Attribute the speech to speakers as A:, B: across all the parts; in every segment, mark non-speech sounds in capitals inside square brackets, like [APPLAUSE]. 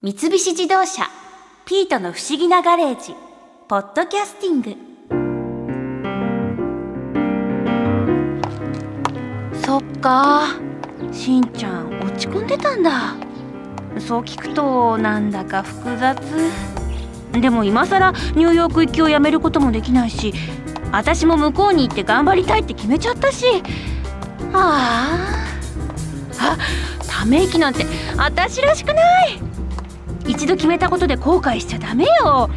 A: 三菱自動車「ピートの不思議なガレージ」「ポッドキャスティング」そっかしんちゃん落ち込んでたんだそう聞くとなんだか複雑でも今更ニューヨーク行きをやめることもできないし私も向こうに行って頑張りたいって決めちゃったしあああため息なんて私らしくない一度決めたことで後悔しちゃダメよ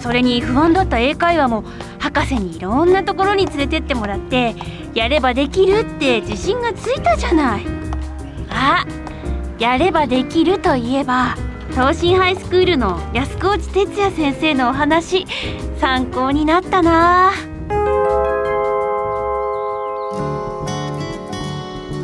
A: それに不安だった英会話も博士にいろんなところに連れてってもらってやればできるって自信がついたじゃないあやればできるといえば東進ハイスクールの安河内哲也先生のお話参考になったな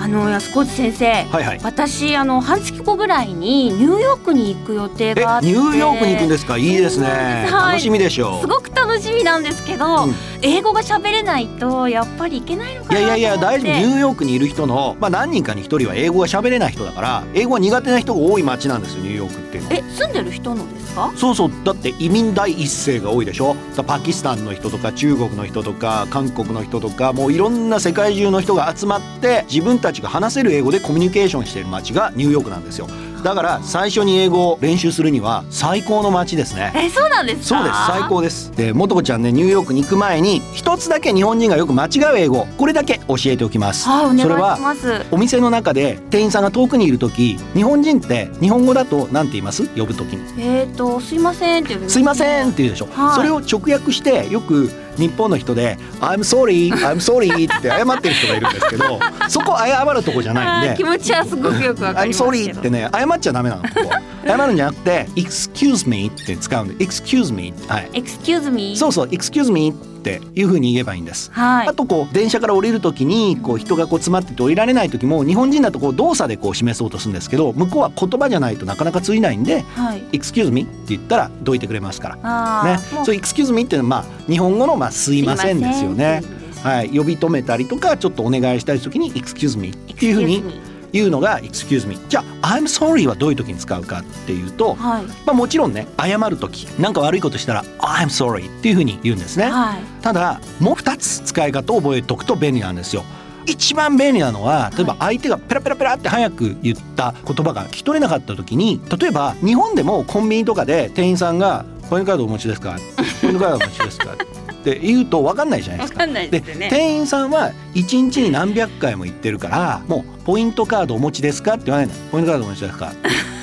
A: あの安河内先生、
B: はいはい。
A: 私あの半月後ぐらいにニューヨークに行く予定
B: え
A: があって
B: ニューヨークに行くんですか。いいですね。
A: はい
B: 楽しみでしょ
A: すごく楽しみなんですけど、
B: うん
A: 英語が喋れないとやっぱりいけないのか
B: う。い
A: な
B: や
A: と思
B: い
A: って
B: やいや大丈夫ニューヨークにいる人のまあ何人かに一人は英語が喋れない人だから英語が苦手な人が多い街なんですよニューヨークっていうのは
A: え住んでる人のですか
B: そうそうだって移民第一世が多いでしょだパキスタンの人とか中国の人とか韓国の人とかもういろんな世界中の人が集まって自分たちが話せる英語でコミュニケーションしてる街がニューヨークなんですよだから最初に英語を練習するには最高の街ですね
A: えそうなんですか
B: そうです最高ですでもとこちゃんねニューヨークに行く前に一つだけ日本人がよく間違う英語これだけ教えておきます
A: はいお願い
B: それ
A: し
B: は
A: ます
B: お店の中で店員さんが遠くにいる時日本人って日本語だと何て言います呼ぶ時に
A: えっ、ー、とすいませんって
B: 「すいま
A: ん
B: せん」って言うでしょ、
A: はい
B: それを直訳してよく日本の人で「I'm sorry I'm sorry」って謝ってる人がいるんです
A: [LAUGHS]
B: けどそこ謝るとこじゃないんで
A: 気持ちはすごくよくわかりますけど
B: I'm sorry ってね謝っちゃダメなのこ
A: [LAUGHS]
B: こ謝るんじゃなくて excuse me って使うんで excuse me はい。
A: excuse me
B: そうそう excuse me っていう風に言えばいいんです。
A: はい
B: あとこう電車から降りる時にこう人がこう詰まってて降りられない時も日本人だとこう動作でこう示そうとするんですけど向こうは言葉じゃないとなかなか通じないんで
A: はい
B: 「excuse me」って言ったらどいてくれますから。
A: あ
B: ね
A: ー、もう
B: そう「excuse me」っていうのはまあ日本語のまあ「すいません」ですよね。
A: すいませんっていう意味です
B: はい、呼び止めたりとかちょっとお願いしたりする時に「excuse me」っていうふう
A: excuse
B: に
A: me
B: 言うのが「excuse me」じゃあ「I'm sorry」はどういう時に使うかっていうと、
A: はい
B: まあ、もちろんね謝る時なんか悪いことしたら「I'm sorry」っていうふうに言うんですね。
A: はい
B: ただもう2つ使い方を覚えておくと便利なんですよ。一番便利なのは例えば相手がペラペラペラって早く言った言葉が聞き取れなかった時に例えば日本でもコンビニとかで店員さんが「ポイントカードお持ちですか?」「ポイントカードお持ちですか?」って言うと分かんないじゃないで
A: わ
B: すか。
A: かんない
B: で
A: ですよね
B: 店員さんは1日に何百回も言ってるからもう「ポイントカードお持ちですか?」って言わないの「ポイントカードお持ちですか?」って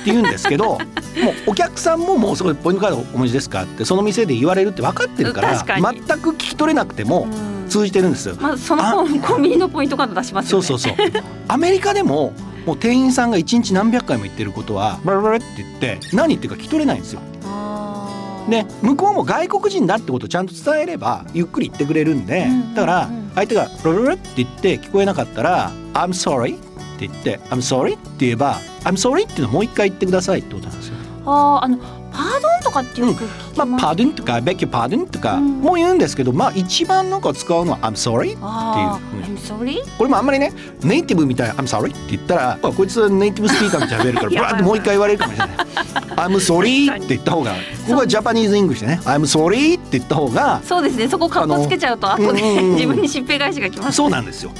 B: 言うんで
A: [LAUGHS]
B: すけどもうお客さんももうそこで「ポイントカードお持ちですか?」ってその店で言われるって分かってるから
A: 確かに
B: 全く聞き取れなくても
A: うん
B: 通じてるんですよ。
A: まあ、その分コンビニのポイントカード出します
B: そ
A: よ
B: う
A: ね
B: そうそうアメリカでももう店員さんが1日何百回も言ってることはバラバラって言って何言ってるか聞き取れないんですよ。
A: あー
B: で向こうも外国人だってことをちゃんと伝えればゆっくり言ってくれるんで、
A: うんうんうん
B: だから相手が「ロロロ」って言って聞こえなかったら「I'm sorry」って言って「I'm sorry」って言えば「I'm sorry」っていうのをもう一回言ってくださいってことなんですよ。
A: あーあのパードンとかってよく聞き
B: ま
A: ま
B: あ
A: す、、
B: パドゥンとか「ベッキュパドゥン」とか
A: うん
B: も言うんですけど、まあ一番なんか使うのは「I'm sorry」
A: あ
B: ってい
A: ー
B: う
A: I'm sorry
B: これもあんまりねネイティブみたいな「I'm sorry」って言ったらあこいつはネイティブスピーカーみたいに喋るから
A: や [LAUGHS]
B: ブ
A: ばい
B: ラッともう一回言われるかもしれない「I'm sorry」って言っ
A: [LAUGHS]
B: た方がここはジャパニーズ・イングリッシュね「I'm sorry」って言った方が
A: そうですねそこ格好つけちゃうと
B: あの
A: 後で
B: うんうんうん
A: 自分にしっぺ返しがきます
B: そうなんですよ。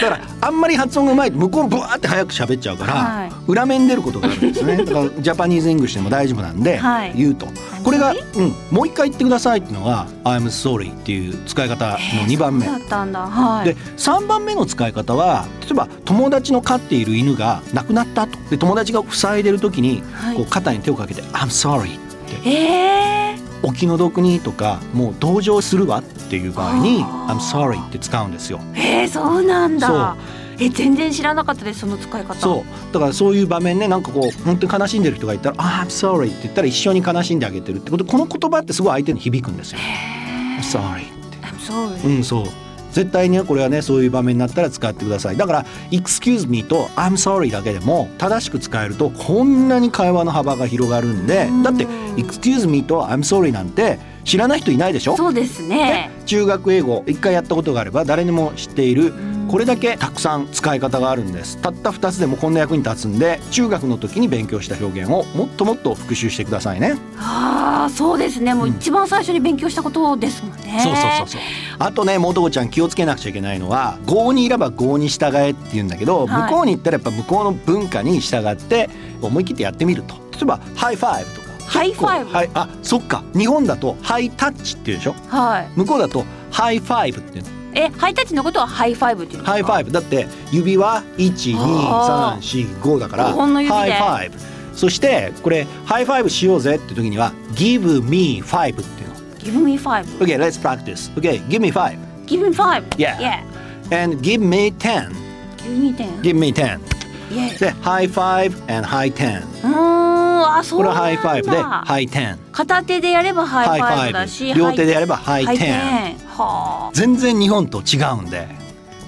B: だからあんまり発音がうまいと向こうもブワーって早く喋っちゃうから、
A: はい
B: 裏面に出ることがあるんですね。だからジャパニーズイングリッシュでも大丈夫なんで、
A: はい
B: 言うと
A: I'm
B: これが
A: sorry
B: うんもう一回言ってくださいっていうのが I'm sorry っていう使い方の2番目。
A: だったんだはい
B: で3番目の使い方は例えば友達の飼っている犬が亡くなったとで友達が塞いでる時に
A: はい
B: こう肩に手をかけて「I'm sorry
A: えー、」
B: お気の毒にとかもう同情するわっていう場合に「
A: あー
B: I'm sorry」って使うんですよ。
A: えー、そうなん
B: そう
A: だえ全然知らなかったですその使い方
B: そうだからそういう場面ねなんかこう本当に悲しんでる人がいたら「あ I'm sorry」って言ったら一緒に悲しんであげてるってことこの言葉ってすごい相手に響くんですよ。
A: へ
B: I'm
A: ー
B: sorry って
A: I'm sorry、
B: うんそう絶対にねこれはねそういう場面になったら使ってくださいだから「excuse me」と「I'm sorry」だけでも正しく使えるとこんなに会話の幅が広がるんでだって「excuse me」と「I'm sorry」なんて知らない人いないでしょ
A: そうですね
B: 中学英語一回やったことがあれば誰にも知っているこれだけたくさん使い方があるんですたった2つでもこんな役に立つんで中学の時に勉強した表現をもっともっと復習してくださいね
A: ああそうですねもう一番最初に勉強したことですもんね、
B: そうそうそうそうあとねもとこちゃん気をつけなくちゃいけないのは郷にいれば郷に従えって言うんだけど、
A: はい
B: 向こうに行ったらやっぱ向こうの文化に従って思い切ってやってみると例えばハイファイブとか
A: ハイファイブ
B: はいあそっか日本だとハイタッチっていうでしょ
A: はい
B: 向こうだとハイファイブっていうの
A: えハイタッチのことはハイファイブっていうの
B: ハイファイブだって指は
A: あー
B: 12345だから
A: 五本の指で
B: ハイファイブそしてこれハイファイブしようぜって時には Give me five っていうの
A: ギブミファイブ
B: OK let's practice OK give me five
A: ギブミファイブ
B: Yeah.
A: yeah
B: and give me ten
A: ギブミテン
B: give me ten
A: yeah
B: で high five and high ten
A: うーんあそ
B: こ
A: う
B: れ
A: なん
B: は
A: だ
B: high five で high ten
A: 片手でやればハイファイブだし
B: high five 両手で
A: や
B: やれば high
A: ハイテ
B: ten
A: ンはあ
B: 全然日本と違うんで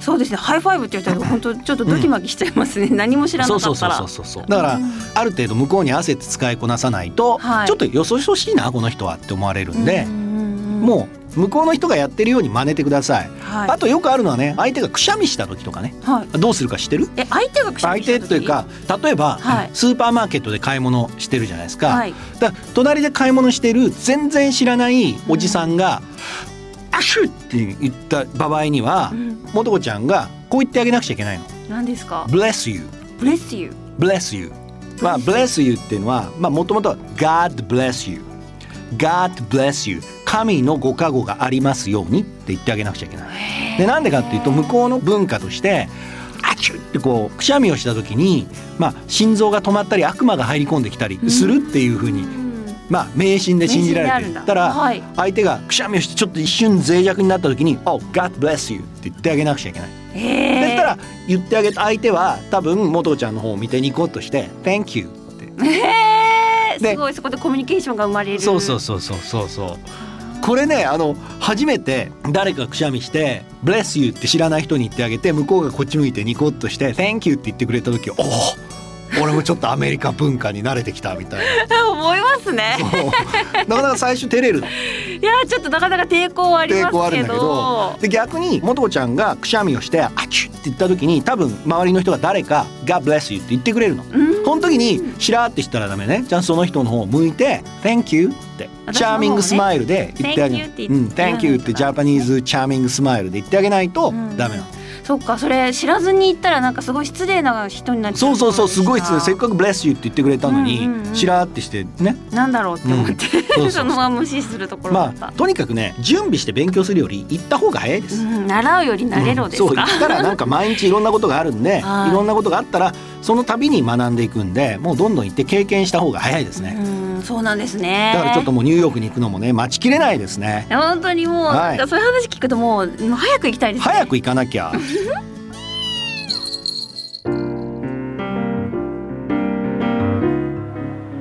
A: そうですねハイファイブって言われたら本当ちょっとドキマキしちゃいます
B: [LAUGHS]
A: ね、何も知らなか
B: そう
A: った
B: そう
A: ら
B: そうそうそうそうだから、
A: うん
B: ある程度向こうに汗って使いこなさないと、
A: はい
B: ちょっとよそよそしいなこの人はって思われるんで
A: う、んう
B: もう向こうの人がやってるように真似てください、
A: んはい
B: あとよくあるのはね相手がくしゃみした時とかね
A: はい
B: どうするか知ってる
A: え相手がくしゃみ
B: 相
A: した
B: 手
A: 時
B: というか例えば、
A: はい
B: スーパーマーケットで買い物してるじゃないですか、
A: はい
B: だから隣で買い物してる全然知らないおじさんが「アシュ!」って言った場合には、
A: うん
B: もとこちゃんがこう言ってあげなくちゃいけないの
A: 何です
B: 「
A: か
B: Bless you」
A: bless you
B: 「Bless you」まあ「Bless you」っていうのはもともとは「God bless you」「God bless you」神のご加護がありますようにって言ってあげなくちゃいけない。でなんでかっていうと向こうの文化としてあちゅってこうくしゃみをした時に、まあ、心臓が止まったり悪魔が入り込んできたりするっていうふうに、
A: ん
B: まあ、迷信で信じられてる
A: 迷信であるんだ
B: たら、
A: はい
B: 相手がくしゃみをしてちょっと一瞬脆弱になった時に「Oh God bless you」って言ってあげなくちゃいけない。
A: え
B: だったら言ってあげた相手は多分元子ちゃんの方を見てニコッとして「Thank you」って
A: へー
B: です
A: ごいそこでコミュニケーションが生まれる
B: そうそうそうそうそうそうこれねあの初めて誰かくしゃみして「Bless you」って知らない人に言ってあげて向こうがこっち向いてニコッとして「Thank you」って言ってくれた時おお俺もちょっとアメリカ文化に慣れてきたみたい
A: [LAUGHS] [LAUGHS]
B: な
A: 思いますね
B: そうなかなか最初照れる
A: いやちょっとなかなか抵抗はあり
B: 抵抗
A: ま
B: あ
A: す
B: るん
A: け
B: だけど
A: ど
B: で逆にもとこちゃんがくしゃみをして「あちゅ」って言った時に多分周りの人が誰か「God bless you」って言ってくれるの。
A: うん
B: この時にしらーってしたらダメね。じゃあその人の方を向いて、Thank you って
A: 私の方をね
B: チャーミングスマイルで言ってあげ
A: Thank you
B: る。
A: って
B: う
A: 言
B: ん
A: って
B: Thank you ってジャパニーズチャーミングスマイルで言ってあげないと
A: うん
B: ダメなの。
A: そっかそれ知らずに行ったらなんかすごい失礼な人になっちゃ
B: そうそうそうすごいっすね。せっ
A: く
B: かく Bless you って言ってくれたのに
A: うんうんう、ん
B: しらーってしてね。
A: なんだろうって [LAUGHS] 思って、
B: そうそ
A: そうのまま無視するところだ
B: ま
A: った、
B: あとにかくね準備して勉強するより行った方が早いで
A: う
B: す。
A: ん、習うより慣れろです
B: うんそう
A: か
B: 行、ったらなんか毎日いろんなことがあるん
A: [LAUGHS]
B: でい
A: はい
B: ろんなことがあったらその度に学んでいくんでもうどんどん行って経験した方が早いです
A: う
B: ね。
A: ん、そうなんですね
B: だからちょっともうニューヨークに行くのもね待ちきれないですね。
A: 本当にもう、
B: はい
A: なんかそういう話聞くともうもう早く行きたいですね
B: 早く行かなきゃ。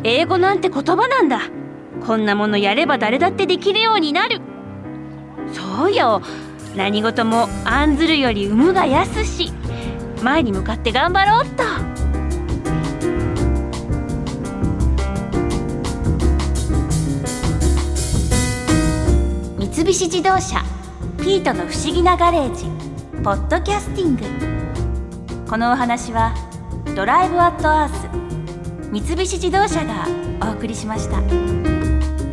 A: 英語なんて言葉なんだこんなものやれば誰だってできるようになるそうよ何事も案ずるより産むが安し前に向かって頑張ろうっと三菱自動車ピートの不思議なガレージポッドキャスティングこのお話はドライブアットアース三菱自動車がお送りしました。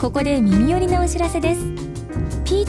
C: ここで耳寄りなお知らせですピー